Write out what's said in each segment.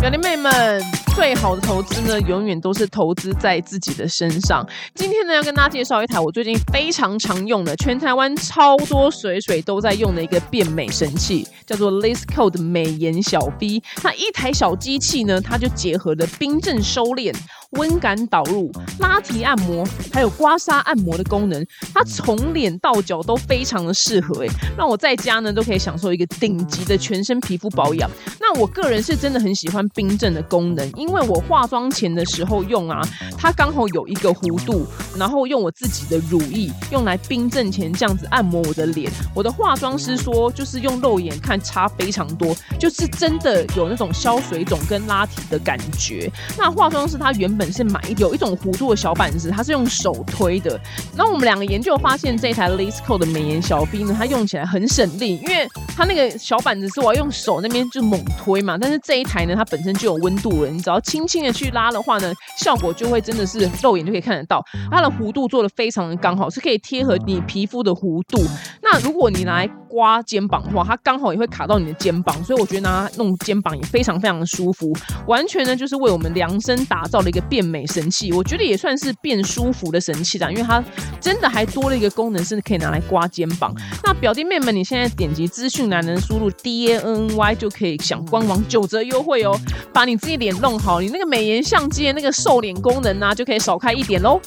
表弟妹们，最好的投资呢，永远都是投资在自己的身上。今天呢，要跟大家介绍一台我最近非常常用的，全台湾超多水水都在用的一个变美神器，叫做 Lisco 的美颜小 B。那一台小机器呢，它就结合了冰镇收敛、温感导入、拉提按摩，还有刮痧按摩的功能，它从脸到脚都非常的适合、欸，让我在家呢都可以享受一个顶级的全身皮肤保养。那我个人是真的很喜欢冰镇的功能，因为我化妆前的时候用啊，它刚好有一个弧度，然后用我自己的乳液用来冰镇前这样子按摩我的脸。我的化妆师说，就是用肉眼看差非常多，就是真的有那种消水肿跟拉提的感觉。那化妆师他原本是买有一种弧度的小板子，他是用手推的，然后我们两个研究发现，这一台 Lisco 的美颜小兵呢，它用起来很省力，因为它那个小板子是我要用手那边就猛推嘛，但是这一台呢，它本身就有温度了，你只要轻轻的去拉的话呢，效果就会真的是肉眼就可以看得到，它的弧度做的非常的刚好，是可以贴合你皮肤的弧度。那如果你拿来刮肩膀的话，它刚好也会卡到你的肩膀，所以我觉得拿它弄肩膀也非常非常的舒服，完全呢就是为我们量身打造了一个变美神器，我觉得也算是变舒服的神器啦，因为它真的还多了一个功能，是可以拿来刮肩膀。那表弟妹们，你现在点击资讯栏，能输入 D A N N Y 就可以享官网九折优惠哦。把你自己脸弄好，你那个美颜相机的那个瘦脸功能呢、啊就可以少开一点喽。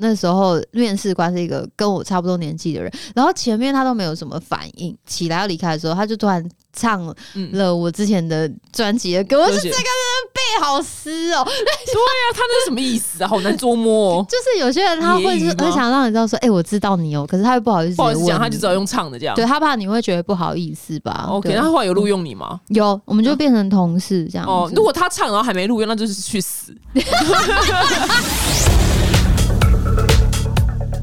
那时候面试官是一个跟我差不多年纪的人，然后前面他都没有什么反应，起来要离开的时候，他就突然唱嗯了我之前的专辑的歌，我对是不起这个人背好诗哦，那他那是什么意思啊？好难捉摸哦。 就是有些人他会揶揄是吗会想让你知道说，哎、我知道你哦，可是他又不好意思直不接好意问你，思讲，他就只好用唱的这样。哦对他怕你会觉得不好意思吧 OK，对那他后来有录用你吗？有我们就变成同事这样子。哦，如果他唱然后还没录用，那就是去死。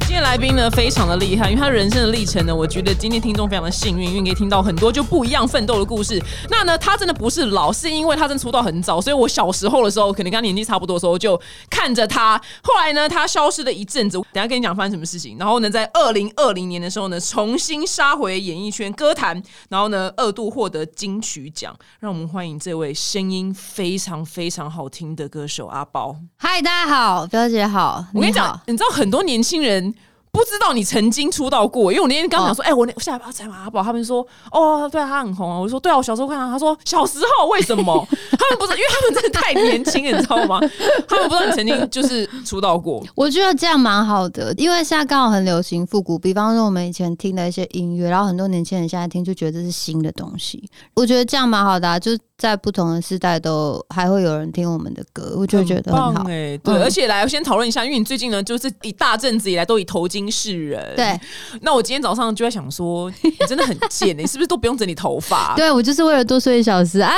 今天来宾呢非常的厉害，因为他人生的历程呢，我觉得今天听众非常的幸运，因为可以听到很多就不一样奋斗的故事。那呢，他真的不是老，是因为他真的出道很早，所以我小时候的时候，可能跟他年纪差不多的时候就看着他。后来呢，他消失了一阵子，等一下跟你讲发生什么事情。然后呢，在二零二零年的时候呢，重新杀回演艺圈歌坛，然后呢，二度获得金曲奖。让我们欢迎这位声音非常非常好听的歌手阿包。嗨，大家好，表姐好，我跟你好讲，你知道很多年轻人。不知道你曾经出道过，因为我那天刚想哦说，哎、我那我下巴采访阿宝，他们说，哦，对啊，他很红啊。我说，对啊，我小时候看他，他说小时候为什 么？他们不是，因为他们真的太年轻，你知道吗？他们不知道你曾经就是出道过，我觉得这样蛮好的，因为现在刚好很流行复古，比方说我们以前听的一些音乐，然后很多年轻人现在听就觉得这是新的东西。我觉得这样蛮好的、啊，就在不同的世代都还会有人听我们的歌，我 就觉得很棒好。哎、对，嗯而且来先讨论一下，因为你最近呢，就是一大阵子以来都以头巾示人。对，那我今天早上就在想说，你真的很贱、欸 你是不是都不用整理头发？对我就是为了多睡一小时，哎，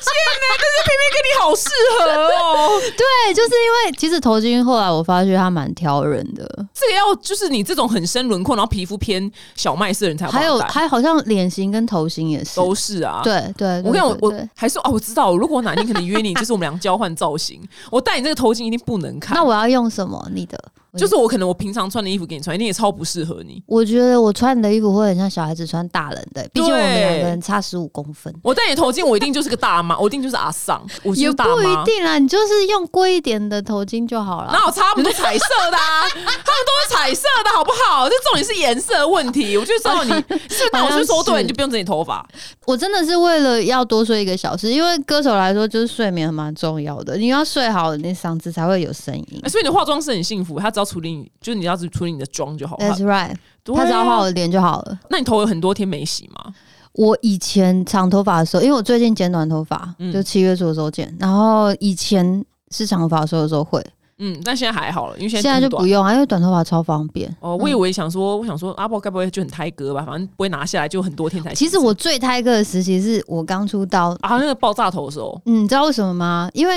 你好适合哦！对，就是因为其实头巾后来我发觉它蛮挑人的，这个要就是你这种很深轮廓，然后皮肤偏小麦色的人才还有好戴还好像脸型跟头型也是，都是啊。对对，我跟你对讲，对我对我还说哦，我知道，如果我哪天可能约 你，就是我们俩交换造型，我戴你这个头巾一定不能看。那我要用什么？你的就是我可能我平常穿的衣服给你穿，一定也超不适合你。我觉得我穿你的衣服会很像小孩子穿大人的、毕竟我们对两个人差十五公分。我戴你头巾，我一定就是个大 妈，我一定就是阿桑，我就也是不大妈一。定啊啦，你就是用贵一点的头巾就好了。哪有差？他们都彩色的、啊， 他们都是彩色的，好不好？这重点是颜色的问题。我就知 道你是不是？那我就说好像对，是你就不用整理头发。我真的是为了要多睡一个小时，因为歌手来说就是睡眠蛮重要的，你要睡好，你嗓子才会有声音欸。所以你化妆是很幸福，他只要处理你，就是你要只处理你的妆就好了。 That's right， 对他只要啊画我的脸就好了。那你头有很多天没洗吗？我以前长头发的时候，因为我最近剪短头发，嗯就七月初的时候剪，然后以前是长头发的时候有时候会，嗯，但现在还好了，因为现现在在这就么短不用嗯啊，因为短头发超方便。哦，我以为想说，我想说阿豹该不会就很胎哥吧？反正不会拿下来，就很多天才洗一其次。实我最胎哥的时期是我刚出道，嗯啊，那个爆炸头的时候，你知道为什么吗？因为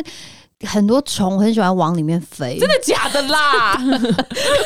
很多虫很喜欢往里面飞，真的假的 啦？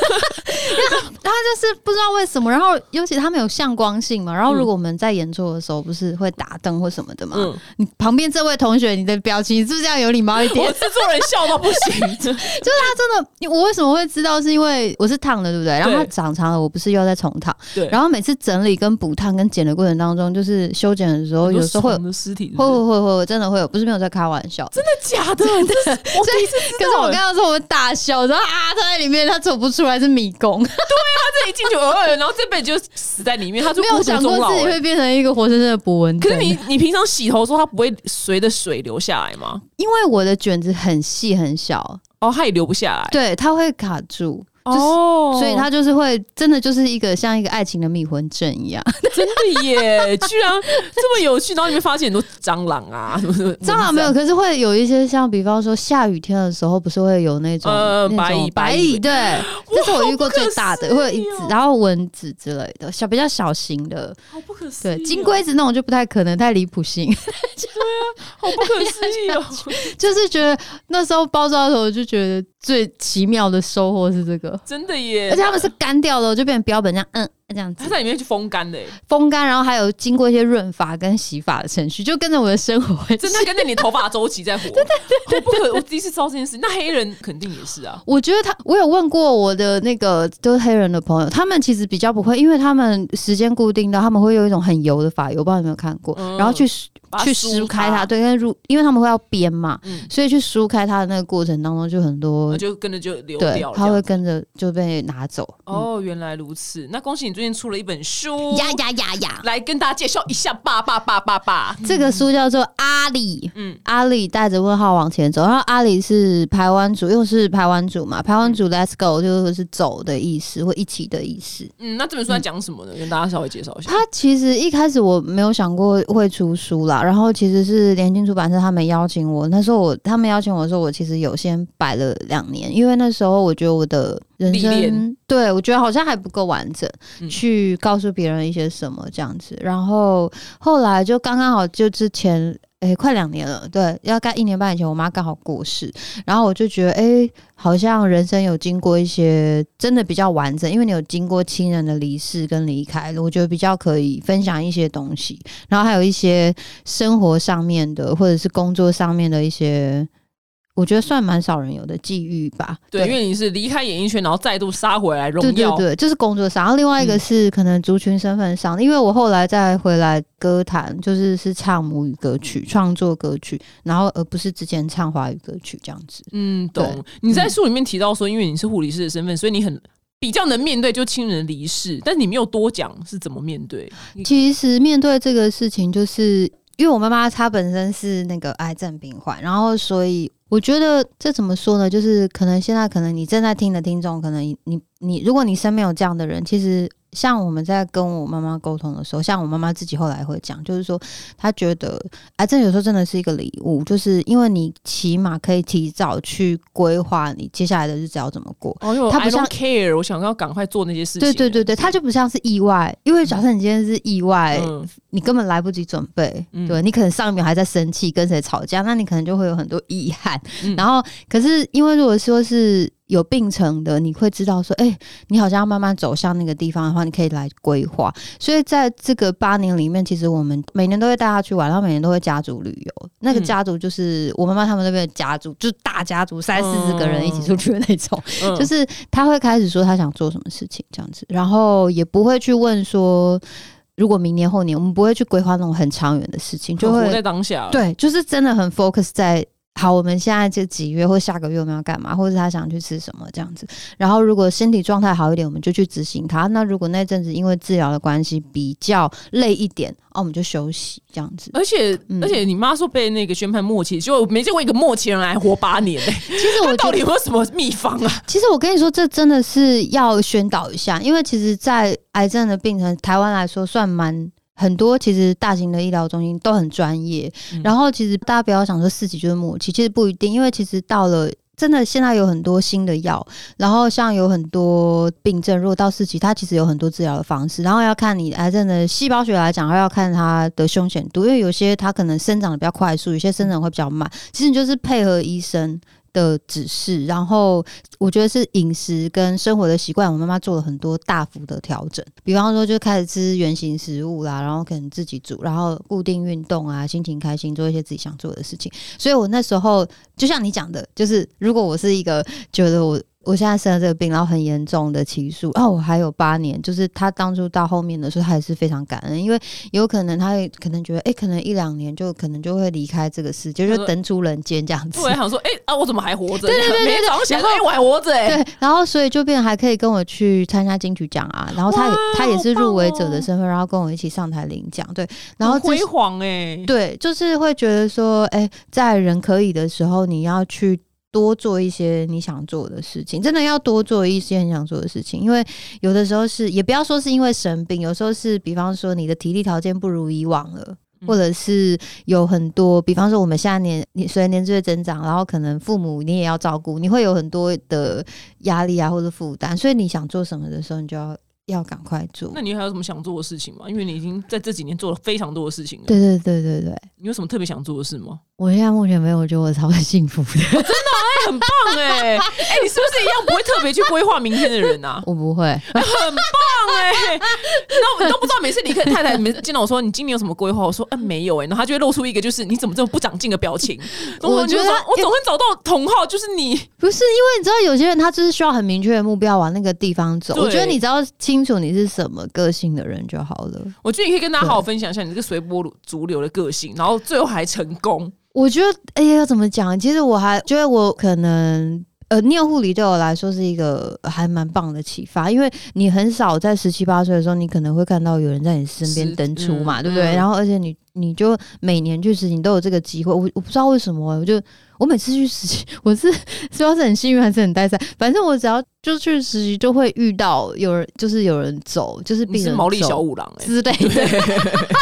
它就是不知道为什么。然后尤其它们有向光性嘛，然后如果我们在演出的时候不是会打灯或什么的嘛，嗯，你旁边这位同学你的表情是不是要有礼貌一点 我？制作人笑到不行，就是他哦真的，我为什么会知道？是因为我是烫的，对不对？然后它长长了，我不是又在重烫。对然后每次整理跟补烫跟剪的过程当中，就是修剪的时候，很多有时候会有虫的尸体是不会是，会会会真的会有，不是没有在开玩笑。真的假的？真是我第一次可知是我道欸刚。刚说我大笑，我说啊，他在里面，他走不出来是迷宫，这一进去，呃然后这辈子就死在里面，他就 没孤有独想终过老自己欸。会变成一个活生生的博文可灯。是你，你平常洗头的时候，它不会随着水流下来吗？因为我的卷子很细很小，哦，它也流不下来。对，它会卡住，就是哦所以它就是会真的就是一个像一个爱情的迷魂阵一 样。真的耶，居然这么有趣。然后你会发现很多蟑螂 啊，什么什么蟑螂没有，蚊子可是会有一些像，比方说下雨天的时候，不是会有那种呃那种白蚁白白蚁 蚁，对，这是我遇过最大好的，不可会有思一议哦只，然后蚊子之类的，小比较小型的，啊，好不可思议、对，金，龟子那种就不太可能，太离谱性，好不可思议 哦。就是觉得那时候包装的时候，我就觉得最奇妙的收获是这个。 真的耶，而且它们是干掉的，就变成标本这样，嗯，这样子它在里面去风干的耶，风干，然后还有经过一些润发跟洗发的程序，就跟着我的生活一起真的跟着你头发周期 在活。真的，我不可，我第一次知道这件事。那黑人肯定也是啊，我觉得他，我有问过我的那个就是黑人的朋友，他们其实比较不会，因为他们时间固定到，他们会有一种很油的发油，不知道有没有看过，嗯然后去把它去梳梳开它它，对，因为如因为他们会要编嘛，嗯，所以去梳开它的那个过程当中就很多那，就跟着就流对掉，了。这它样会嗯跟着就被拿走。哦，哦，原来如此。那恭喜你最近出了一本书，呀呀呀呀！来跟大家介绍一下吧吧吧吧吧。这个书叫做《阿里》，嗯，阿里带着问号往前走，然后阿里是排湾族，又是排湾族嘛，排湾族 Let's go 就是走的意思，或一起的意思。嗯，那这本书在讲什么呢？跟大家稍微介绍一下。他其实一开始我没有想过会出书啦，然后其实是联经出版社他们邀请我，那时候我他们邀请我的时候，我其实有先摆了两年，因为那时候我觉得我的人历生练，对我觉得好像还不够完整，嗯去告诉别人一些什么这样子。然后后来就刚刚好就之前，诶、快两年了，对，要干一年半以前，我妈刚好过世，然后我就觉得，诶、好像人生有经过一些真的比较完整，因为你有经过亲人的离世跟离开，我觉得比较可以分享一些东西，然后还有一些生活上面的或者是工作上面的一些，我觉得算蛮少人有的际遇吧。对，因为你是离开演艺圈，然后再度杀回来荣对对耀。对，就是工作上，然后另外一个嗯是可能族群身份上，因为我后来再回来歌坛，就是是唱母语歌曲、嗯创作歌曲，然后而不是之前唱华语歌曲这样子。嗯，对懂。你在书里面提到说，因为你是护理师的身份，所以你很比较能面对就亲人离世，但你没有多讲是怎么面对。你其实面对这个事情，就是因为我妈妈她本身是那个癌症病患，然后所以我觉得这怎么说呢？就是可能现在可能你正在听的听众，可能你你你，如果你身边有这样的人，其实。像我们在跟我妈妈沟通的时候，像我妈妈自己后来会讲，就是说她觉得癌症有时候真的是一个礼物，就是因为你起码可以提早去规划你接下来的日子要怎么过。哦，因为他 I 不像 don't care，我想要赶快做那些事情。对对对对，它就不像是意外，因为假设你今天是意外，嗯，你根本来不及准备，嗯对你可能上一秒还在生气跟谁吵架，那你可能就会有很多遗憾。嗯然后，可是因为如果说是有病程的，你会知道说，哎、你好像要慢慢走向那个地方的话，你可以来规划。所以在这个八年里面，其实我们每年都会带他去玩，然后每年都会家族旅游。那个嗯家族就是我妈妈他们那边的家族，就是大家族三四十个人哦一起出去的那种。嗯就是他会开始说他想做什么事情这样子，然后也不会去问说如果明年后年，我们不会去规划那种很长远的事情，就很活在会当下。，对，就是真的很 focus 在。好，我们现在就几月或下个月我们要干嘛，或者他想去吃什么这样子。然后如果身体状态好一点，我们就去执行它。那如果那阵子因为治疗的关系比较累一点，哦，我们就休息这样子。而且、嗯而且你妈说被那个宣判末期，就没见过一个末期人来活八年嘞、其实我觉到得底有没有什么秘方啊？ 其实我跟你说，这真的是要宣导一下，因为其实，在癌症的病人，台湾来说算蛮。很多其实大型的医疗中心都很专业，嗯然后其实大家不要想说四级就是默契，其实不一定，因为其实到了真的现在有很多新的药，然后像有很多病症，如果到四期，它其实有很多治疗的方式，然后要看你癌症的细胞学来讲，还要看它的凶险度，因为有些它可能生长的比较快速，有些生长会比较慢。其实你就是配合医生。的指示，然后我觉得是饮食跟生活的习惯，我妈妈做了很多大幅的调整，比方说就开始吃原形食物啦，然后可能自己煮，然后固定运动啊，心情开心，做一些自己想做的事情。所以我那时候就像你讲的，就是如果我是一个觉得我我现在生了这个病，然后很严重的期数，哦，我还有八年，就是他当初到后面的时候，他还是非常感恩，因为有可能他也可能觉得，哎、可能一两年就可能就会离开这个世界，就对登出人间这样子。我也想说，哎、啊，我怎么还活着？对对对对每天早上起来说，然哎、我还活着、哎，对，然后所以就变成还可以跟我去参加金曲奖啊，然后他也哇他也是好棒入围者的哦身份，然后跟我一起上台领奖，对，然后很这辉是煌、哎，对，就是会觉得说，哎、在人可以的时候，你要去。多做一些你想做的事情，真的要多做一些你想做的事情，因为有的时候是也不要说是因为生病，有时候是比方说你的体力条件不如以往了。嗯或者是有很多，比方说我们现在年你随着年纪的增长，然后可能父母你也要照顾，你会有很多的压力啊，或者负担，所以你想做什么的时候，你就要要赶快做那。你还有什么想做的事情吗？因为你已经在这几年做了非常多的事情了。对对对对对，你有什么特别想做的事 吗？我现在目前没有，我觉得我超幸福的，很棒哎、哎、你是不是一样不会特别去规划明天的人啊？我不会。很棒哎、那我都不知道，每次你跟太太每次见到我说你今年有什么规划，我说嗯、没有哎、然后她就会露出一个就是你怎么这么不长进的表情。我觉得然后我就说我总会找到同号，就是你。不是因为你知道，有些人他就是需要很明确的目标往那个地方走。对我觉得你只要清楚你是什么个性的人就好了。我觉得你可以跟大家好好分享一下你这个随波逐流的个性，然后最后还成功。我觉得，哎、呀，要怎么讲？其实我还觉得我可能。呃，念护理对我来说是一个还蛮棒的启发，因为你很少在十七八岁的时候，你可能会看到有人在你身边是登出嘛，嗯对不对？嗯然后，而且你你就每年去实习，你都有这个机会。我我不知道为什么、我就我每次去实习，我是 不知道是很幸运还是很带赛，反正我只要就去实习，就会遇到有人，就是有人走，就是你病是人毛利小走五郎哎、之类的。对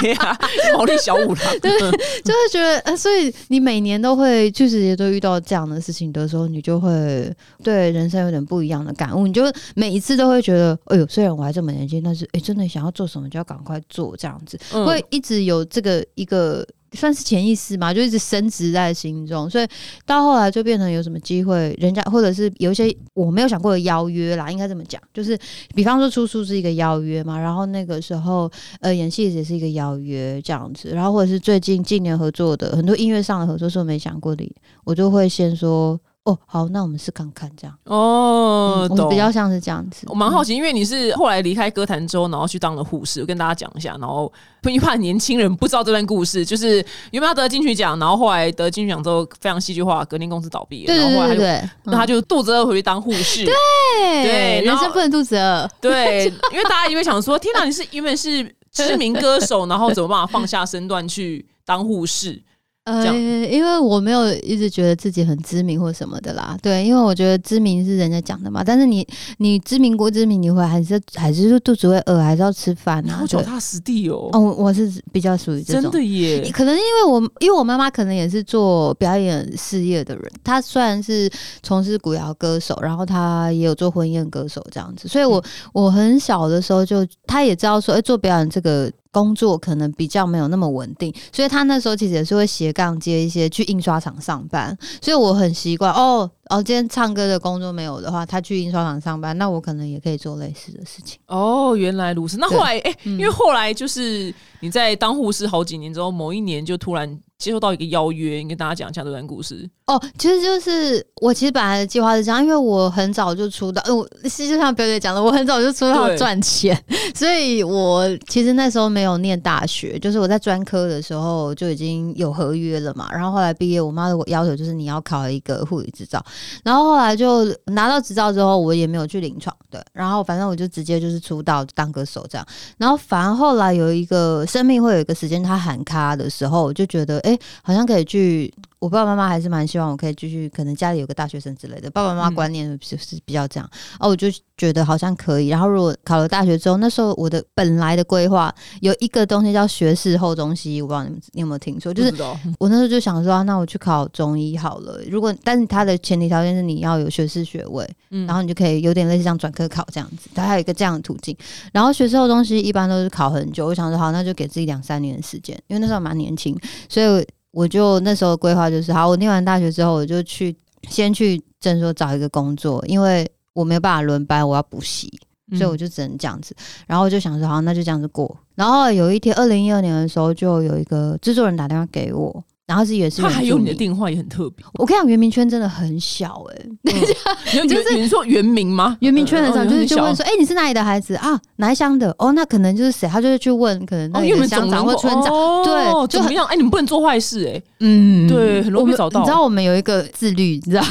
对呀、毛利小五郎。嗯 对，就会觉得，呃，所以你每年都会去实习都遇到这样的事情的时候，你就会对人生有点不一样的感悟。你就每一次都会觉得，哎呦，虽然我还这么年轻，但是哎、真的想要做什么就要赶快做，这样子、嗯会一直有这个一个算是潜意识嘛，就一直升值在心中。所以到后来就变成有什么机会，人家或者是有一些我没有想过的邀约啦，应该这么讲，就是比方说出书是一个邀约嘛，然后那个时候呃演戏也是一个邀约这样子，然后或者是最近近年合作的很多音乐上的合作是我没想过的，我就会先说哦好，那我们试看看这样，哦，嗯我懂。比较像是这样子，我蛮好嗯。奇，因为你是后来离开歌坛之后，然后去当了护士，我跟大家讲一下。然后因为怕年轻人不知道这段故事，就是原本要得金曲奖，然后后来得金曲奖之后非常戏剧化，隔天公司倒闭了，对对然后后对来他就对嗯对，那他就肚子饿回去当护士。对嗯对然人后生不能肚子饿，对，因为大家因为想说，天哪，你是原本是知名歌手，然后怎么办法放下身段去当护 士？这呃，样因为我没有一直觉得自己很知名或什么的啦，对，因为我觉得知名是人家讲的嘛，但是你你知名归知名，你会还是还是肚子会饿，还是要吃饭你啊好，脚对，踏实地哦，哦，我我是比较属于这真种。的耶！可能因为我，因为我妈妈可能也是做表演事业的人，她虽然是从事古谣歌手，然后她也有做婚宴歌手这样子，所以我、我很小的时候就，她也知道说，哎、做表演这个工作可能比较没有那么稳定，所以她那时候其实也是会斜杠接一些去印刷厂上班，所以我很习惯哦哦，今天唱歌的工作没有的话，她去印刷厂上班，那我可能也可以做类似的事情。哦，原来如此。那后来，哎、嗯因为后来就是你在当护士好几年之后，某一年就突然接收到一个邀约，你跟大家讲一下这段故事。哦，其实就是我其实本来的计划是这样，因为我很早就出道，呃，我实际上表姐讲的，我很早就出道对赚钱，所以我其实那时候没有念大学，就是我在专科的时候就已经有合约了嘛，然后后来毕业，我妈的要求就是你要考一个护理执照，然后后来就拿到执照之后，我也没有去临床，对，然后反正我就直接就是出道当歌手这样，然后反而后来有一个生命会有一个时间，他喊咖的时候，我就觉得哎、诶好像可以去我爸爸妈妈还是蛮希望我可以继续，可能家里有个大学生之类的，爸爸妈妈嗯观念就是比较这样。哦，我就觉得好像可以。然后如果考了大学之后，那时候我的本来的规划有一个东西叫学士后中西医，我不知道你们你有没有听说，就是不知道我那时候就想说、啊，那我去考中医好了。如果，但是它的前提条件是你要有学士学位，嗯然后你就可以有点类似像转科考这样子，它还有一个这样的途径。然后学士后东西一般都是考很久，我想说好，那就给自己两三年的时间，因为那时候蛮年轻，所以我我就那时候的规划就是，好，我念完大学之后，我就去先去诊所找一个工作，因为我没有办法轮班，我要补习。所以我就就只能这样子。然后我就想说，好，那就这样子过。然后有一天，二零一二年的时候，就有一个制作人打电话给我，然后是也是他还有你的定。电话也很特别，我跟你讲，原名圈真的很小哎、你 就你是你是说原名吗？原名圈很哦有小，就是很就小问说，哎、你是哪里的孩子啊？哪一乡的？哦，那可能就是谁，他就会去问可能那哦，里因为你的们总乡呃哦长或村长。长对就怎么很样？哎，你们不能做坏事哎，嗯，对很容易我们被找到你知道我们有一个自律，你知道，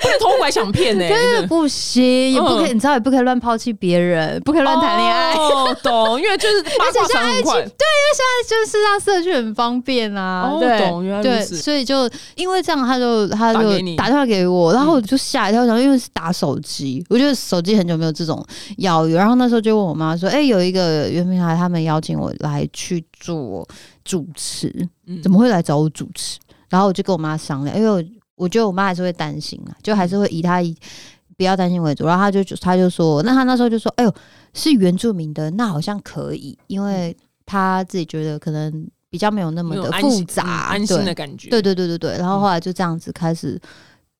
不能偷拐抢 骗啊哎，真的不行，也不可以，你知道也不可以乱抛弃别人，不可以乱谈恋爱。嗯哦，懂，因为就是八卦传很快， 就是让社区很方便啊，哦对，懂原来如对，此所以就因为这样，他就他打就给你嗯打电话给我，然后我就吓一跳，然后因为是打手机，我觉得手机很久没有这种邀约，然后那时候就问我妈说，哎、有一个原平台他们邀请我来去做主持，嗯怎么会来找我主持？然后我就跟我妈商量，因为我我觉得我妈还是会担心啊，就还是会以她以不要担心为主。然后她就她就说，那她那时候就说，哎呦，是原住民的，那好像可以，因为她自己觉得可能比较没有那么嗯没有的安复心杂，嗯安心对的感觉，对对对对对，然后后来就这样子开始。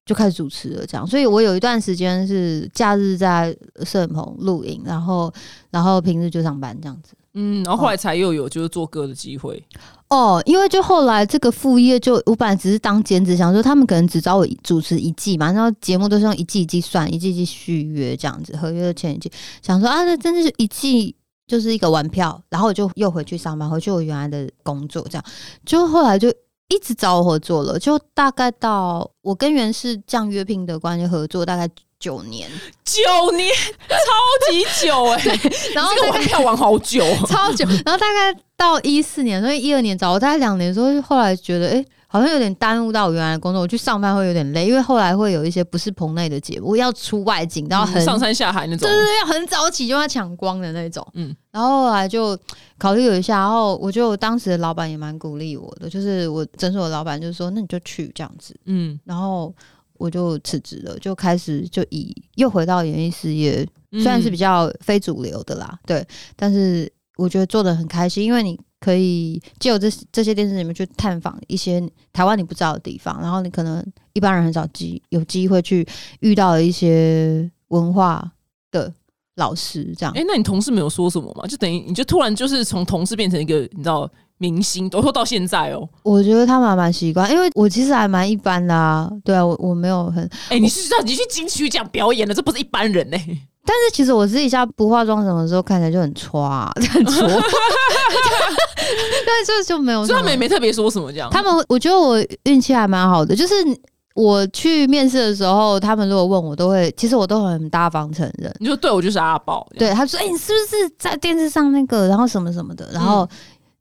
就开始主持了，这样，所以我有一段时间是假日在摄影棚录影，然后，然后平日就上班这样子。嗯，然后后来才又有就是做歌的机会，哦，因为就后来这个副业就，我本来只是当兼职，想说他们可能只找我主持一季嘛，然后节目都是用一季一季算，一季一季续约这样子，合约的前一季，想说啊，那真的是一季就是一个玩票，然后我就又回去上班，回去我原来的工作这样，就后来就。一直找我合作了，就大概到我跟袁氏这样约聘的关系合作大概九年，九年，超级久哎，然后这个玩大概票玩好久哦， 超久。然后大概到一四年，所以一二年找我大概两年的时候，后来觉得哎、诶好像有点耽误到我原来的工作，我去上班会有点累，因为后来会有一些不是棚内的节目，要出外景，然后很、嗯上山下海那种对，对对，要很早起就要抢光的那种。嗯嗯，然后后来就考虑了一下，然后我觉得我当时的老板也蛮鼓励我的，就是我诊所的老板就说，那你就去这样子，嗯，然后。我就辞职了，就开始就以又回到演艺事业，虽然是比较较非主流的啦，对，但是我觉得做的很开心，因为你可以借由这这些电视里面去探访一些台湾你不知道的地方，然后你可能一般人很少机有机会去遇到的一些文化的老师这样。哎、那你同事没有说什么吗？就等于你就突然就是从同事变成一个你知道明星，都说到现在哦、我觉得他们还蛮习惯，因为我其实还蛮一般的啊，对啊，我我没有很，哎、你是知道你去金曲奖表演了，这不是一般人欸呢、但是其实我私底下不化妆什么的时候看起来就很歘、 很 挫，但是就就没有什么，所以他们也没特别说什么这样。他们，我觉得我运气还蛮好的，就是我去面试的时候，他们如果问我，都会，其实我都很大方承认。你就说对我就是阿宝，这样，对，他说：“哎、你是不是在电视上那个，然后什么什么的？”然后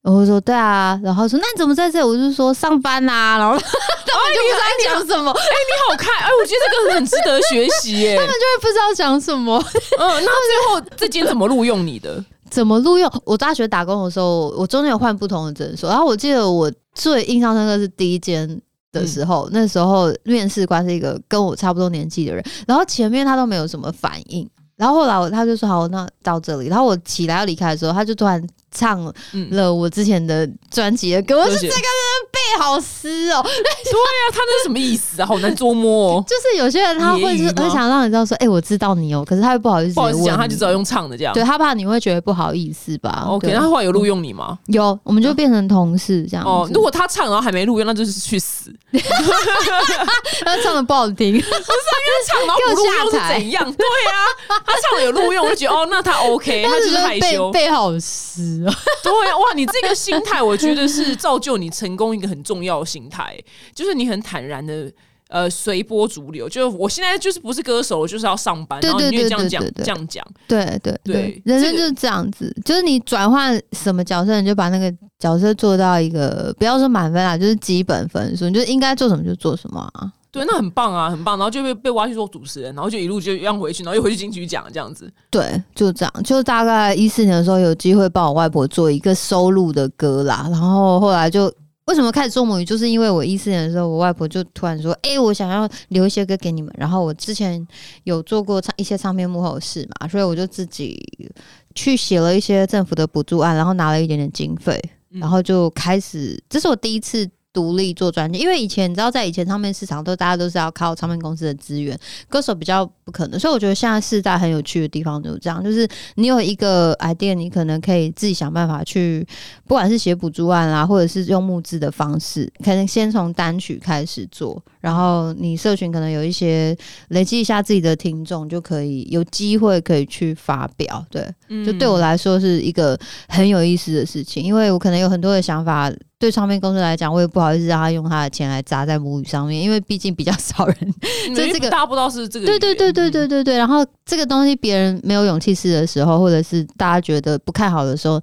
我就说：“对啊。”然后说：“那你怎么在这？”我就说：“上班啊。”然后他们就哦不知道讲 什么，他你好看，哎、我觉得这个很值得学习 耶、们就会不知道讲什么，嗯，那最后这间怎么录用你的？怎么录用。我大学打工的时候，我中间有换不同的诊所，然后我记得我最印象深刻是第一间的时嗯候，那时候面试官是一个跟我差不多年纪的人，然后前面他都没有什么反应，然后后来我他就说好，那到这里，然后我起来要离开的时候，他就突然唱嗯，对了我之前的专辑的歌，我对是这个人背好诗哦，啊，他那是什么意思啊？好难捉摸 哦、就是有些人他会揶是揄吗很想让你知道说，哎、我知道你哦，可是他又不好意思直不接好意思问讲，他就你只好用唱的这样。对他怕你会觉得不好意思吧 OK，对嗯那后来有录用你吗？有我们就变成同事这样子。哦，如果他唱然后还没录用，那就是去 死。他唱的不好 听，唱然后不录用是怎样？对 啊，他唱了有录用，我就觉得哦，那他 OK，他就是害背羞。背好诗哦。对啊，哇，你这个心态，我觉得是造就你成功一个很重要的心态，就是你很坦然的。呃随波逐流，就我现在就是不是歌手，我就是要上班，对然后你对就这样对对讲对对这样讲， 对对对对，人这生个就是这样子，就是你转换什么角色，你就把那个角色做到一个，不要说满分啦，就是基本分数，你就应该做什么就做什么啊。对，那很棒啊，很棒，然后就被被挖去做主持人，然后就一路就让回去，然后又回去金曲奖这样子，对，就这样。就大概一四年的时候，有机会帮我外婆做一个收录的歌啦。然后后来就为什么开始做母语，就是因为我一四年的时候，我外婆就突然说：“哎、我想要留一些歌给你们。”然后我之前有做过唱一些唱片幕后的事嘛，所以我就自己去写了一些政府的补助案，然后拿了一点点经费，嗯然后就开始。这是我第一次。独立做专辑，因为以前你知道，在以前唱片市场都大家都是要靠唱片公司的资源，歌手比较不可能，所以我觉得现在世代很有趣的地方就是这样，就是你有一个 idea，你可能可以自己想办法去，不管是写补助案啊啦，或者是用募资的方式，可能先从单曲开始做，然后你社群可能有一些累积一下自己的听众，就可以有机会可以去发表，对。嗯就对我来说是一个很有意思的事情，因为我可能有很多的想法，对唱片公司来讲，我也不好意思让他用他的钱来砸在母语上面，因为毕竟比较少人。嗯这因为这个大家不知道是这个语 对言，对对对嗯对对对。然后这个东西别人没有勇气试的时候，或者是大家觉得不看好的时候，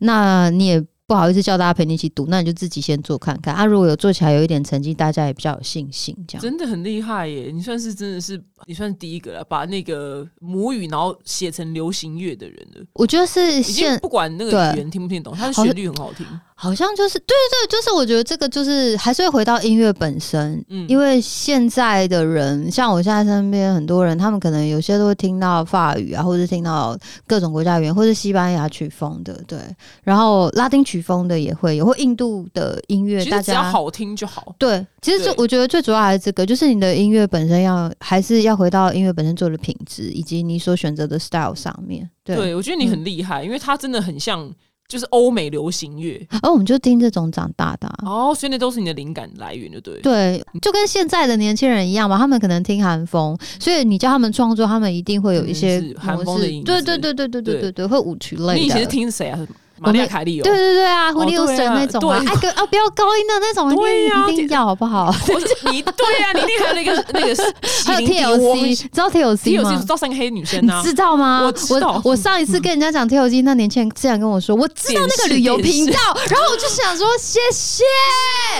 那你也。不好意思叫大家陪你一起读，那你就自己先做看看啊。如果有做起来有一点成绩，大家也比较有信心，这样。真的很厉害耶！你算是真的是你算是第一个了，把那个母语然后写成流行乐的人了。我觉得是已经现不管那个对语言听不听得懂，它的好旋律很好听。好像就是对对对，就是我觉得这个就是还是会回到音乐本身，嗯，因为为现在的人，像我现在身边很多人，他们可能有些都会听到法语啊，或者听到各种国家语言，或是西班牙曲风的，对，然后拉丁曲风的也会有，或印度的音乐，其大实只要家好听就好。对，其实就对我觉得最主要还是这个，就是你的音乐本身要还是要回到音乐本身做的品质，以及你所选择的 style 上面，对。嗯对，我觉得你很厉害，因为它真的很像就是欧美流行乐。而、我们就听这种长大的啊、哦，所以那都是你的灵感来源，就对。，对，就跟现在的年轻人一样嘛，他们可能听韩风，所以你叫他们创作，他们一定会有一些嗯是韩模风的式影子对对对对对对对对，会舞曲类的。你以前是听谁啊？玛丽亚凯莉哦对。对对啊，哦狐狸有对神啊那种啊，对哎哥啊，不要高音的那种，对啊一定一定要好不好？或者你对呀、啊，你一定还有那个那个西 还有林迪翁 TLC，知道 T TLC L C 吗知？道三个黑女生你啊，知道吗？我知道嗯我我上一次跟人家讲 TLC，那年轻人竟然跟我说我知道那电个视旅游电视频道，然后我就想说谢谢，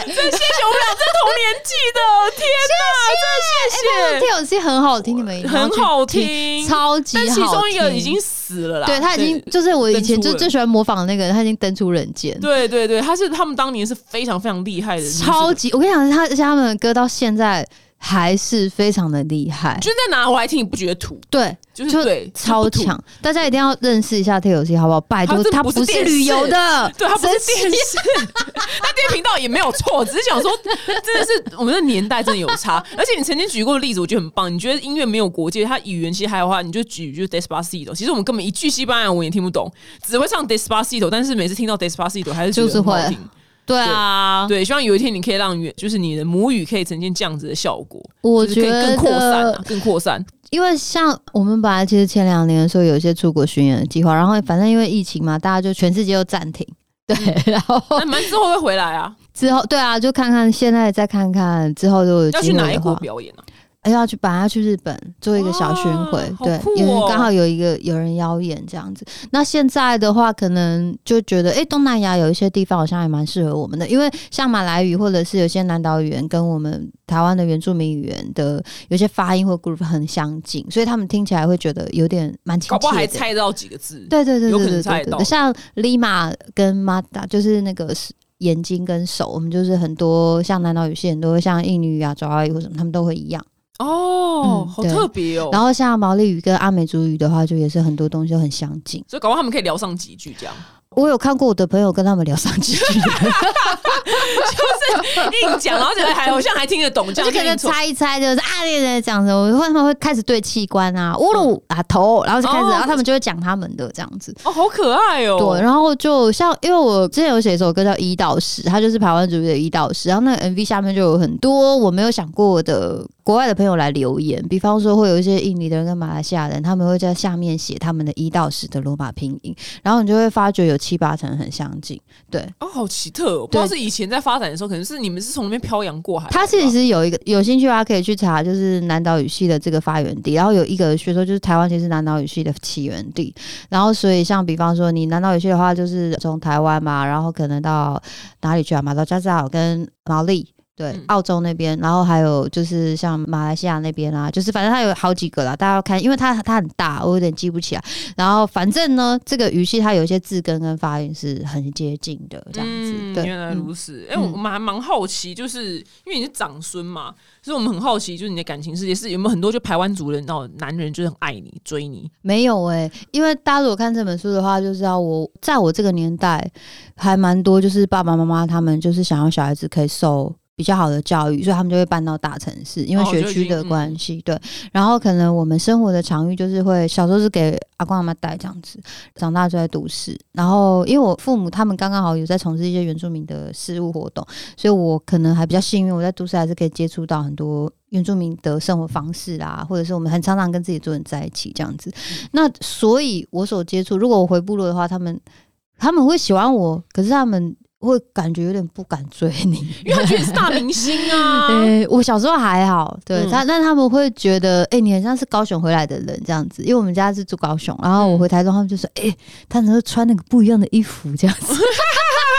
谢谢我们俩这同年纪的，哎天哪，真的谢谢。哎 TLC 很好听，你们一定要很去好听超级好但听。其中一个已经死了啦，对他已经就是我以前登出就了最喜欢模仿的那个人，他已经登出人间，对对对，他是他们当年是非常非常厉害的，超级。我跟你讲，他他们的歌到现在还是非常的厉害，就是在哪我还听你不觉得土，对，就是就对超，就是不土强。大家一定要认识一下 TLC 好不好？拜他托，这他不是不是电视旅游的， 对他不是神奇电视，他电视频道也没有错，只是想说，真的是我们的年代真的有差。而且你曾经举过的例子，我觉得很棒。你觉得音乐没有国界，它语言其实还有的话，你就举就是 Despacito。其实我们根本一句西班牙文也听不懂，只会唱 Despacito，但是每次听到 Despacito 还是觉得就是很好会听。对啊，对，希望有一天你可以让原就是你的母语可以呈现这样子的效果，我就是觉可以更扩散、啊得，，更扩 散。因为像我们本来其实前两年的时候有一些出国巡演的计划，然后反正因为疫情嘛，大家就全世界都暂停。对，然后那你们之后会不会回来啊？之后对啊，就看看现在再看看之后如果有要机去会哪一的国话，表演啊？哎要去本来要去日本做一个小巡回，哇好对酷，因为哦刚好有一个有人邀演这样子。那现在的话，可能就觉得，哎、东南亚有一些地方好像也蛮适合我们的，因为像马来语或者是有些南岛语言跟我们台湾的原住民语言的有些发音或 group 很相近，所以他们听起来会觉得有点蛮亲搞不好还切的。猜到几个字。对对对有对可能对猜对得对到对，像 Lima 跟 Mata 就是那个是眼睛跟手，我们就是很多像南岛语系很多像印尼语啊、爪哇语或什么，他们都会一样。哦，嗯好对特别哦。然后像毛利语跟阿美族语的话，就也是很多东西都很相近。所以搞不好他们可以聊上几句这样，我有看过我的朋友跟他们聊上几句，硬讲，然后觉得还好像还听得懂，这 就样可能硬凑。猜一猜，就是啊，那人讲什么，他们会开始对器官啊、乌鲁啊、头，然后就开始，哦然后他们就会讲他们的这样子。哦，好可爱哦。对，然后就像因为我之前有写一首歌叫 E《E 一到十》，它就是台湾主义的一到十，然后那个 MV 下面就有很多我没有想过的国外的朋友来留言，比方说会有一些印尼的人跟马来西亚人，他们会在下面写他们的一到十的罗马拼音，然后你就会发觉有七八成很相近。对，哦，好奇特、哦，我不知对道是以前在发展的时候，可能是你们是从那边漂洋过海来的吧。它其实有一个有兴趣的话可以去查，就是南岛语系的这个发源地，然后有一个学说就是台湾其实是南岛语系的起源地，然后所以像比方说你南岛语系的话，就是从台湾嘛，然后可能到哪里去啊？马达加斯加尔跟毛利。对嗯，澳洲那边，然后还有就是像马来西亚那边啊，就是反正它有好几个啦，大家要看，因为它它很大，我有点记不起来。然后反正呢，这个语系它有一些字根跟发音是很接近的，这样子。嗯、对，原来嗯如此。哎、我我们还蛮好奇，就是因为你是长孙嘛，所以我们很好奇，就是你的感情世界是有没有很多就台湾族人，然后男人就是很爱你、追你，没有哎、因为大家如果看这本书的话，就知道我在我这个年代还蛮多，就是爸爸妈妈他们就是想要小孩子可以受比较好的教育，所以他们就会搬到大城市，因为哦学就已区嗯经的关系。对，然后可能我们生活的场域就是会小时候是给阿公阿妈带这样子，长大就在都市。然后因为我父母他们刚刚好有在从事一些原住民的事务活动，所以我可能还比较幸运，我在都市还是可以接触到很多原住民的生活方式啊，或者是我们很常常跟自己族人在一起这样子。那所以，我所接触，如果我回部落的话，他们他们会喜欢我，可是他们会感觉有点不敢追你，因为他觉得你是大明星 啊。呃、我小时候还好，对嗯他，但他们会觉得，哎、你很像是高雄回来的人这样子，因为我们家是住高雄，然嗯后我回台中，他们就说，哎、他能够穿那个不一样的衣服这样子。？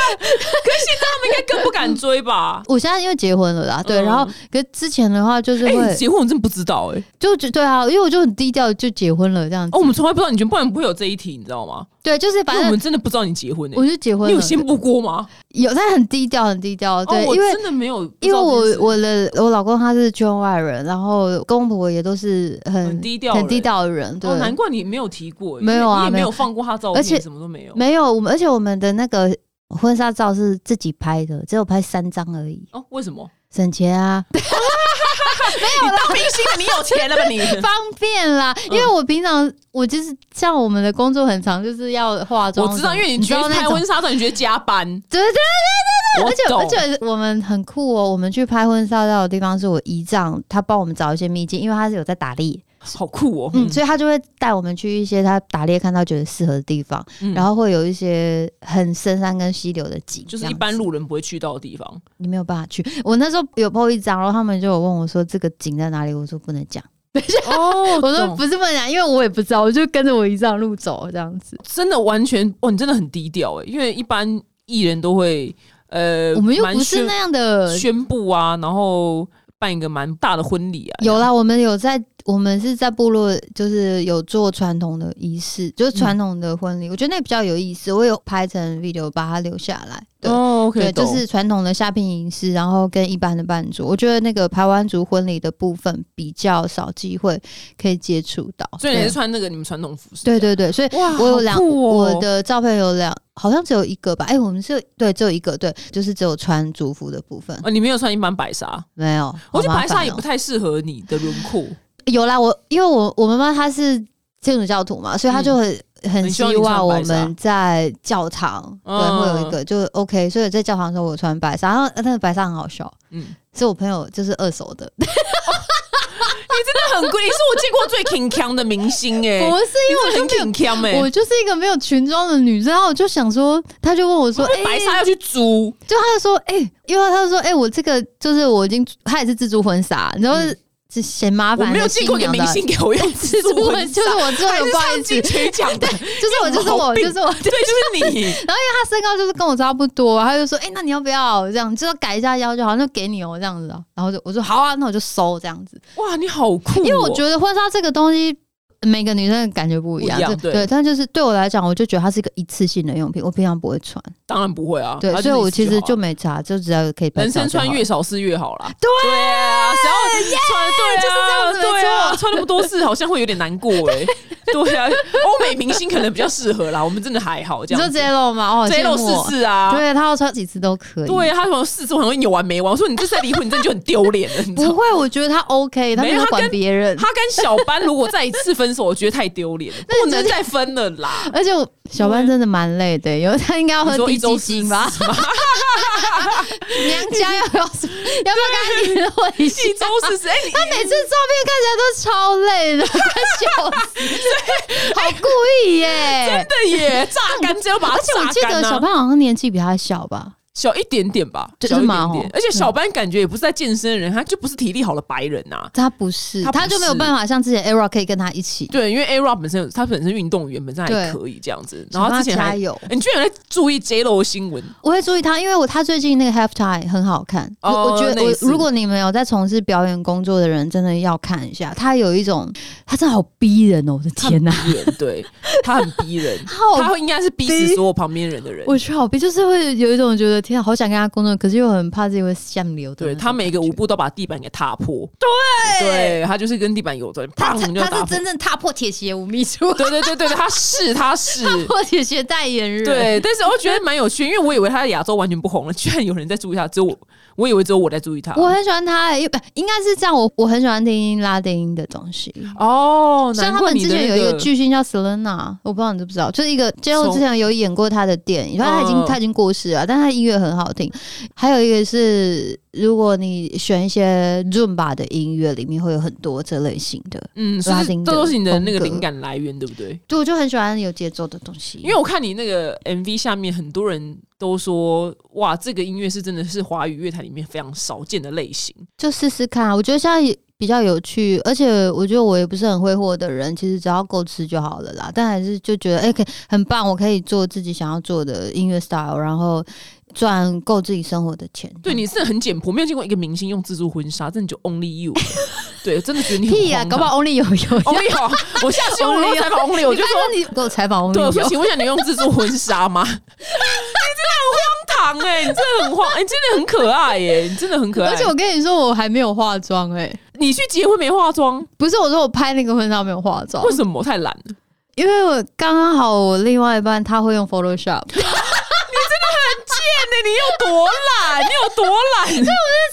他们应该更不敢追吧我现在因为结婚了啦，对，嗯然后可是之前的话就是哎、会，你结婚我真不知道哎、就就对啊，因为我就很低调就结婚了这样子，哦，我们从来不知道你结婚，不然不会有这一题，你知道吗？对，就是因反为我正们真的不知道你结婚哎、我就结婚你了有，先布过吗？有但很低调很低调，对，哦，我因为真的没有不知因为道这件事，我我的我老公他是圈外人，然后公公婆婆也都是很很低调很低人调的人，对。哦，难怪你没有提过、哎没有啊你也没没有有放过他照而片，且什么都没有。没有我们，而且我们的那个婚纱照是自己拍的，只有拍三张而已，哦，为什么？省钱啊， 你当明星了，你有钱了吧你？方便啦。嗯因为我平常我就是像我们的工作很长，就是要化妆什么，我知道，因为你知觉道得那拍种婚纱照，你觉得加班，对对我而且懂而且我们很酷哦，我们去拍婚纱照的地方是我姨丈，他帮我们找一些秘境，因为他是有在打猎，好酷哦。嗯，所以他就会带我们去一些他打猎看到觉得适合的地方，嗯然后会有一些很深山跟溪流的景，就这是样一子般路人不会去到的地方。你没有办法去。我那时候有 PO 一张，然后他们就有问我说这个景在哪里，我说不能讲，哦我说不是不能讲，因为我也不知道，我就跟着我姨丈路走这样子。真的完全，哦，你真的很低调哎，因为一般艺人都会，呃，我们又蛮不是宣那样的，宣布啊，然后办一个蛮大的婚礼啊。有啦，我们有在，我们是在部落，就是有做传统的仪式，就是传统的婚礼，我觉得那比较有意思，我有拍成 video 把它留下来。这对，样，哦，OK，对，就懂是传统的下聘仪式，然后跟一般的伴族，我觉得那个排湾族婚礼的部分比较少机会可以接触到。所以你对还是穿那个你们传统服饰。对，对对，所以哇，我有好两、酷哦我的照片有两，好像只有一个吧？哎、我们是对，只有一个，对，就是只有穿族服的部分哦，你没有穿一般白纱，没有。我觉得好麻白纱烦也哦不太适合你的轮廓。有啦，我因为我我妈妈她是天主教徒嘛，所以她就很、很很希希望嗯你望我穿白纱们在教堂对嗯会有一个就 OK，所以在教堂的时候我穿白纱，然后呃但是白纱很好笑，嗯，是我朋友就是二手 的，那很贵，你是我见过最挺强的明星哎、不是因为我你真的就没有很挺强哎，我就是一个没有裙装的女生，然后我就想说，她就问我说，哎、白纱要去租，就她就说，哎、因为她就说，哎、我这个就是我已经，她也是自助婚纱，然后嗯是嫌麻我烦，没有见过一个新明娘的星给我用自自助助婚婚，纱 就是，我真还 的是不好上意思，金曲奖的，就是我，就是我，就是我，对，就是你，他身高就是跟我差不多，他就说：“哎、那你要不要这样？你就要改一下腰就好，那给你哦、这样子啊。”然后就我说：“好啊，那我就收这样子。哇，你好酷哦、因为我觉得婚纱这个东西，每个女生的感觉不一样，不一样对对但就是对我来讲，我就觉得它是一个一次性的用品，我平常不会穿，当然不会啊，对它，所以是我一次其实好就了没差，就只要可以拍人照生就好穿越少是越好啦。对对啊，只要穿对啊，就是这样子对没啊，错穿那么多次好像会有点难过哎、 对啊，欧美明星可能比较适合啦，我们真的还好这你样说子。 J Lo 吗？哦，好 J 羡 Lo 慕哦试试啊，对他要穿几次都可以。对啊，他说四次我好像有完没完。我说你这次再离婚，你真的就很丢脸了，你知道不吗？会，我觉得他 OK，他没有有他跟管别人。他跟小班如果再一次分手，我觉得太丢脸了，那不你就能是再分了 啦。而且我小班真的蛮累的，有他应该要你喝说低一基周金四吧？次吗 娘家要不要要啊不要跟他联络一下？一周四次，哎、你他每次照片看起来都超累的， 快笑死！好故意耶！真的 耶，榨干这要把它而且我榨记干得小啊！班好像年纪比他小吧？小一点点吧，对小一是吗点点哦。而且小班感觉也不是在健身的人，他就不是体力好的白人啊呐、他不是，他不他就没有是办法像之前 ERA 可以跟他一起。对，因为 A Rob 本身有他本身运动员本身还对可以这样子，然后小他班之前加还。油，欸你居然有在注意 J Lo 的新闻，我会注意他，因为我他最近那个 halftime 很好看。我哦我觉得那我一次如果你们有在从事表演工作的人，真的要看一下，他有一种他真的好逼人哦！我的他天很哪、逼人，对他很逼 人，好他应该是逼死逼所有旁边人的人。我去好逼，就是会有一种觉得天、啊，好想跟他工作，可是又很怕自己会像流的那对种感觉。他每一个舞步都把地板给踏破，对，对他就是跟地板有关，他砰就他踏是破。真正踏破铁鞋无觅处，对对对对，他是他是。 踏破铁鞋代言人。，对，但是我觉得蛮有趣，因为我以为他在亚洲完全不红了，居然有人在注意他，只有我，我以为只有我在注意他。我很喜欢他、欸，因为应该是这样，我我很喜欢听拉丁音的东西。哦，像难他怪们你之的前有那一个个巨星叫 Selena，我不知道你知不知道，就是一个 j o 从之前有演过他的电影，然后他已嗯经、他已经过世了，但他音乐很好听。还有一个是，如果你选一些 Zumba 的音乐，里面会有很多这类型的。嗯，是拉不是丁这的都是你的那个风格灵感来源，对不对？就我就很喜欢有节奏的东西，因为我看你那个 MV 下面，很多人都说，哇，这个音乐是真的是华语乐坛里面非常少见的类型。就试试看啊、我觉得现在比较有趣，而且我觉得我也不是很会货的人，其实只要够吃就好了啦。但还是就觉得哎、可以很棒，我可以做自己想要做的音乐 style，然后赚够自己生活的钱。对，你真的很简朴，没有见过一个明星用自助婚纱，真的就 Only You 。对，真的觉得你很屁呀、荒搞唐不好 only 有有。 Only 好， 我下次用 Only 如果采访 Only，我有就说，你给我采访 only 对，我说，有。请问一下，你用自助婚纱吗？你 真的很荒唐哎、你真的很荒，哎你真的很可爱耶、你真的很可爱。而且我跟你说，我还没有化妆哎、你去结婚没化妆，不是我说我拍那个婚纱没有化妆为，什么？太懒了。因为我刚刚好我另外一半他会用 Photoshop，贱呢、你有多懒？你有多懒？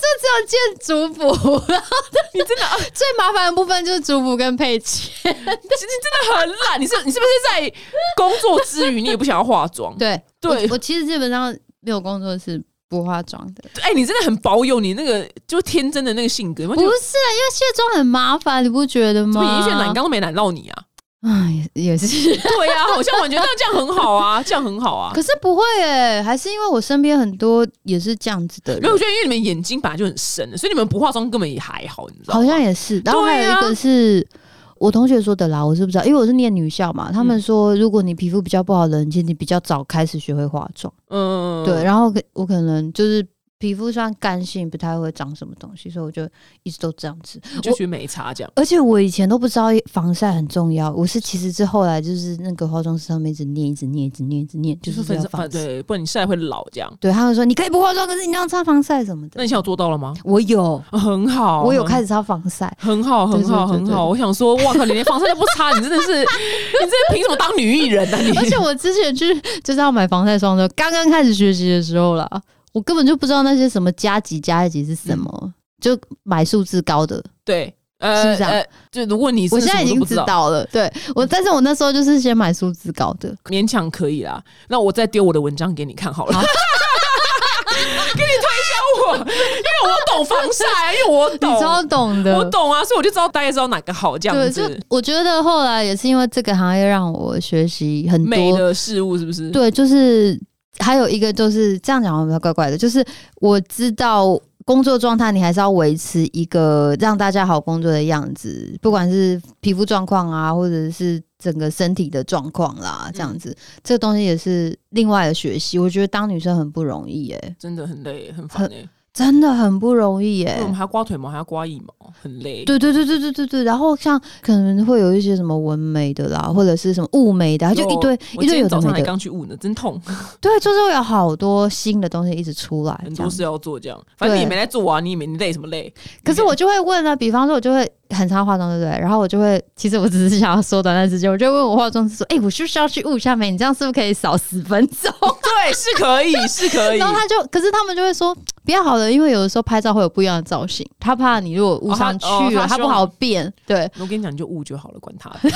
这只有见主妇， 然后你真的啊，你 最麻烦的部分就是主妇跟佩奇。真的很懒。你是你是不是在工作之余，你也不想要化妆？对 对我，我其实基本上没有工作是不化妆的，哎、你真的很保有你那个就天真的那个性格。不不是啊，因为啊卸妆很麻烦，你不觉得你吗？一选懒刚都没懒到你啊？啊，也 也是，对呀、好像我觉得这样很好啊，这样很好啊。可是不会诶、还是因为我身边很多也是这样子的没人有，我，觉得因为你们眼睛本来就很深，所以你们不化妆根本也还好，你知道吗？好像也是。然后还有一个是。我同学说的啦，我是不知道，因为我是念女校嘛。他们嗯说，如果你皮肤比较不好的人，其实你比较早开始学会化妆。嗯，对，然后可我可能就是皮肤算干性，不太会长什么东西，所以我就一直都这样子。你就去美差这样。而且我以前都不知道防晒很重要，我是其实是后来就是那个化妆师上面一直念，一直念，一直念，一直念，就就是是粉要色，防反晒。对，不然你晒会老这样。对，他们说你可以不化妆，可是你要擦防晒什么那的你。现在有做到了吗？我有，啊很好，我有很开始擦防晒。很好，对很好，对对很好。我想说，哇靠，你连防晒都不擦，你真的是， 你真的凭什么当女艺人呢、啊？你而且我之前去就是要买防晒霜的时候，刚刚开始学习的时候啦，我根本就不知道那些什么加几加几是嗯什么，就买数字高的。对，是呃不是啊呃，就如果你我真的现在已什么都经不知知道，道了，对我，但是我那时候就是先买数字高的。勉强可以啦。那我再丢我的文章给你看好了，好 给我，因为我懂防晒，因为我你懂，超懂的，我懂啊，所以我就知道大概知道哪个好这对，样就子。我觉得后来也是因为这个行业让我学习很美多，的事物是不是？对，就是还有一个就是这样讲好像怪怪的，就是我知道。工作状态，你还是要维持一个让大家好工作的样子，不管是皮肤状况啊，或者是整个身体的状况啦，这样嗯子，这个东西也是另外的学习。我觉得当女生很不容易耶、真的很累，很烦哎、真的很不容易耶、因为我们还要刮腿毛，还要刮腋毛，很累。对对对对对对对，然后像可能会有一些什么纹眉的啦，或者是什么雾眉的啊，就一堆我一今堆天有的早上还没的，啊刚去捂呢，真痛，对，就是会有好多新的东西一直出来很这多样。事要做这样。反正你也没来做啊，你也没你累什么累？可是我就会问啊，比方说我就会很常化妆，对不对？然后我就会，其实我只是想要缩短那时间，我就会问我化妆师说：“哎、我是不是要去雾一下眉？你这样是不是可以少十分钟？”对，是可以，是可以 然。后他就，可是他们就会说：“比较好的，因为有的时候拍照会有不一样的造型，他怕你如果误上去哦他了，哦他他不凶好变。对，我跟你讲，你就悟就好了，管他的。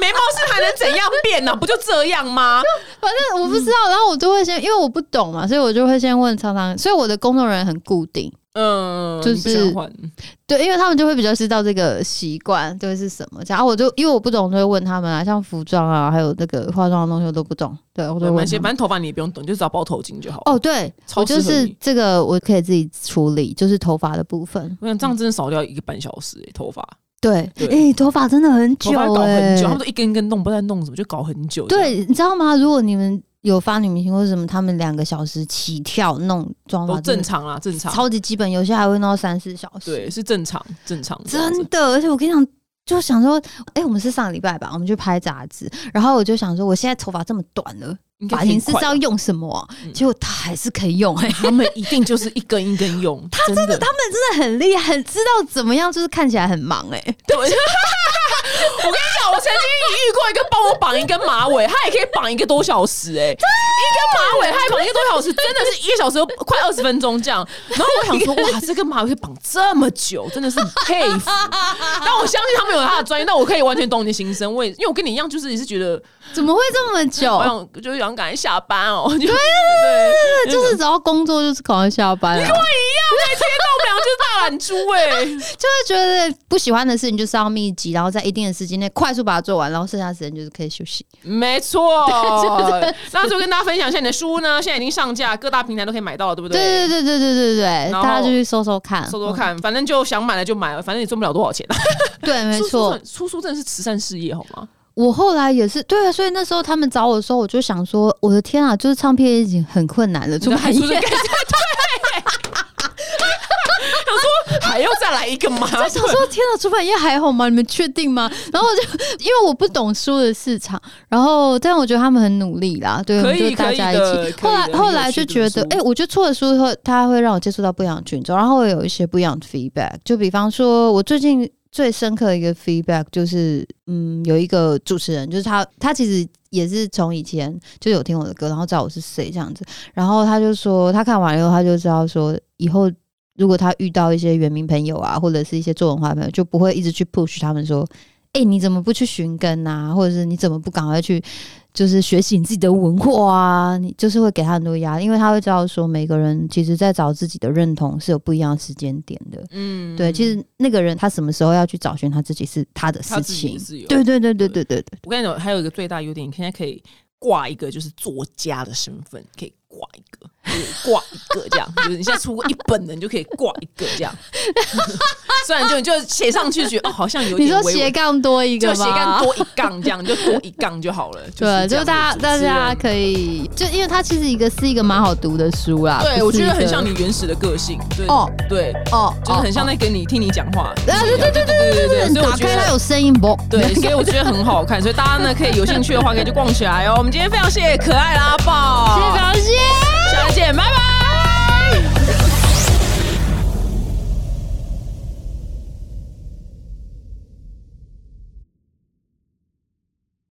眉毛是还能怎样变啊呢、不就这样吗？反正我不嗯知道，然后我就会先，因为我不懂嘛，所以我就会先问常常，所以我的工作人员很固定，嗯，就是你不喜欢换对，因为他们就会比较知道这个习惯，对是什么这样。啊我就因为我不懂，就会问他们啊，像服装啊，还有那个化妆的东西我都不懂，对我都对，会蛮问些，他们。反正头发你也不用懂，你就只要包头巾就好。哦，，对，超我适合就你是这个，我可以自己处理，就是头发的部分。我想这样真的少掉一个半小时、欸，头发对，对哎、头发真的很久、头发搞很久，他哎们都一根一根弄，不知道在弄什么，就搞很久。，对，你知道吗？如果你们有发女明星或者什么，他们两个小时起跳弄妆发，都正，常啦，正常。超级基本，有些还会弄到三四小时。对，是正常，正常这样子。真的，而且我跟你讲，就想说，哎、我们是上礼拜吧，我们去拍杂志，然后我就想说，我现在头发这么短了，应该发可以型师快是要用什么啊、嗯结果他还是可以用、哎，他们一定就是一根一根 用，他真的，他们真的很厉害，很知道怎么样，就是看起来很忙、哎，对。我跟你讲，我曾经遇过一个帮我绑一根马尾，他也可以绑一个多小时、哎，一根马尾他也绑一个多小时，真的是一个小时快二十分钟这样。然后我想说，哇，这根马尾可以绑这么久，真的是很佩服。但我相信他们有他的专业，但我可以完全懂你的心声。我也因为我跟你一样，就是也是觉得，怎么会这么久我？想就是想赶快下班哦、就对对对就是只要工作就是赶快下班、啊，我们俩就是大懒猪哎、就会觉得不喜欢的事情就是要密集，然后在一定的时间内快速把它做完，然后剩下的时间就是可以休息。没 错，那就跟大家分享一下，你的书呢现在已经上架，各大平台都可以买到了，对不对对对对对对对对，后大家就去搜搜看，搜搜看，反正就想买了就买了，反正也赚不了多少钱。嗯。对，没出书错真，的，出书真的是慈善事业，好吗？我后来也是对啊，所以那时候他们找我的时候，我就想说，我的天啊，就是唱片已经很困难了，出版还出这个业对，想说还要再来一个 吗？我想说，天啊，出版业还好吗？你们确定吗？然后我就因为我不懂书的市场，然后但我觉得他们很努力啦，对，我可们就以大可以家一起。的，后来后来就觉得，哎、哎，我觉得出了书后，它会让我接触到不一样的群众，然后会有一些不一样的 feedback。就比方说，我最近最深刻的一个 feedback 就是，嗯，有一个主持人，就是他，他其实也是从以前就有听我的歌，然后知道我是谁这样子，然后他就说，他看完以后，他就知道说，以后如果他遇到一些原民朋友啊，或者是一些做文化的朋友，就不会一直去 push 他们说。哎、你怎么不去寻根啊？或者是你怎么不赶快去就是学习你自己的文化啊，你就是会给他很多压力，因为他会知道说每个人其实在找自己的认同是有不一样的时间点的。嗯对，其实那个人他什么时候要去找寻他自己是他的他事自己情的。自由。对对对对对对对，我跟你讲，还有一个最大优点，你现在可以挂一个就是作家的身份，可以挂一个，就是挂一个这样，就是你现在出过一本的，你就可以挂一个这样。 虽然就你就写上去，觉得哦，好像有你点说微微斜杠多一个就吧，斜杠多一杠这样，你就多一杠就 好了。对，就就是这样大家大啊家。可以，就因为它其实一个是一个蛮好读的书啦。主持人不对，是我觉得很像一你原始的个性，对，哦对，个哦，就是很像那在跟你听你讲话，啊对对对对对对对，对，所以我打觉开它得有声音不？ 对，所以我觉得很好看，所以大家呢可以有兴趣的话可以去逛起来哦。我们今天非常谢谢可爱拉宝，谢谢表姐。下次见，拜拜。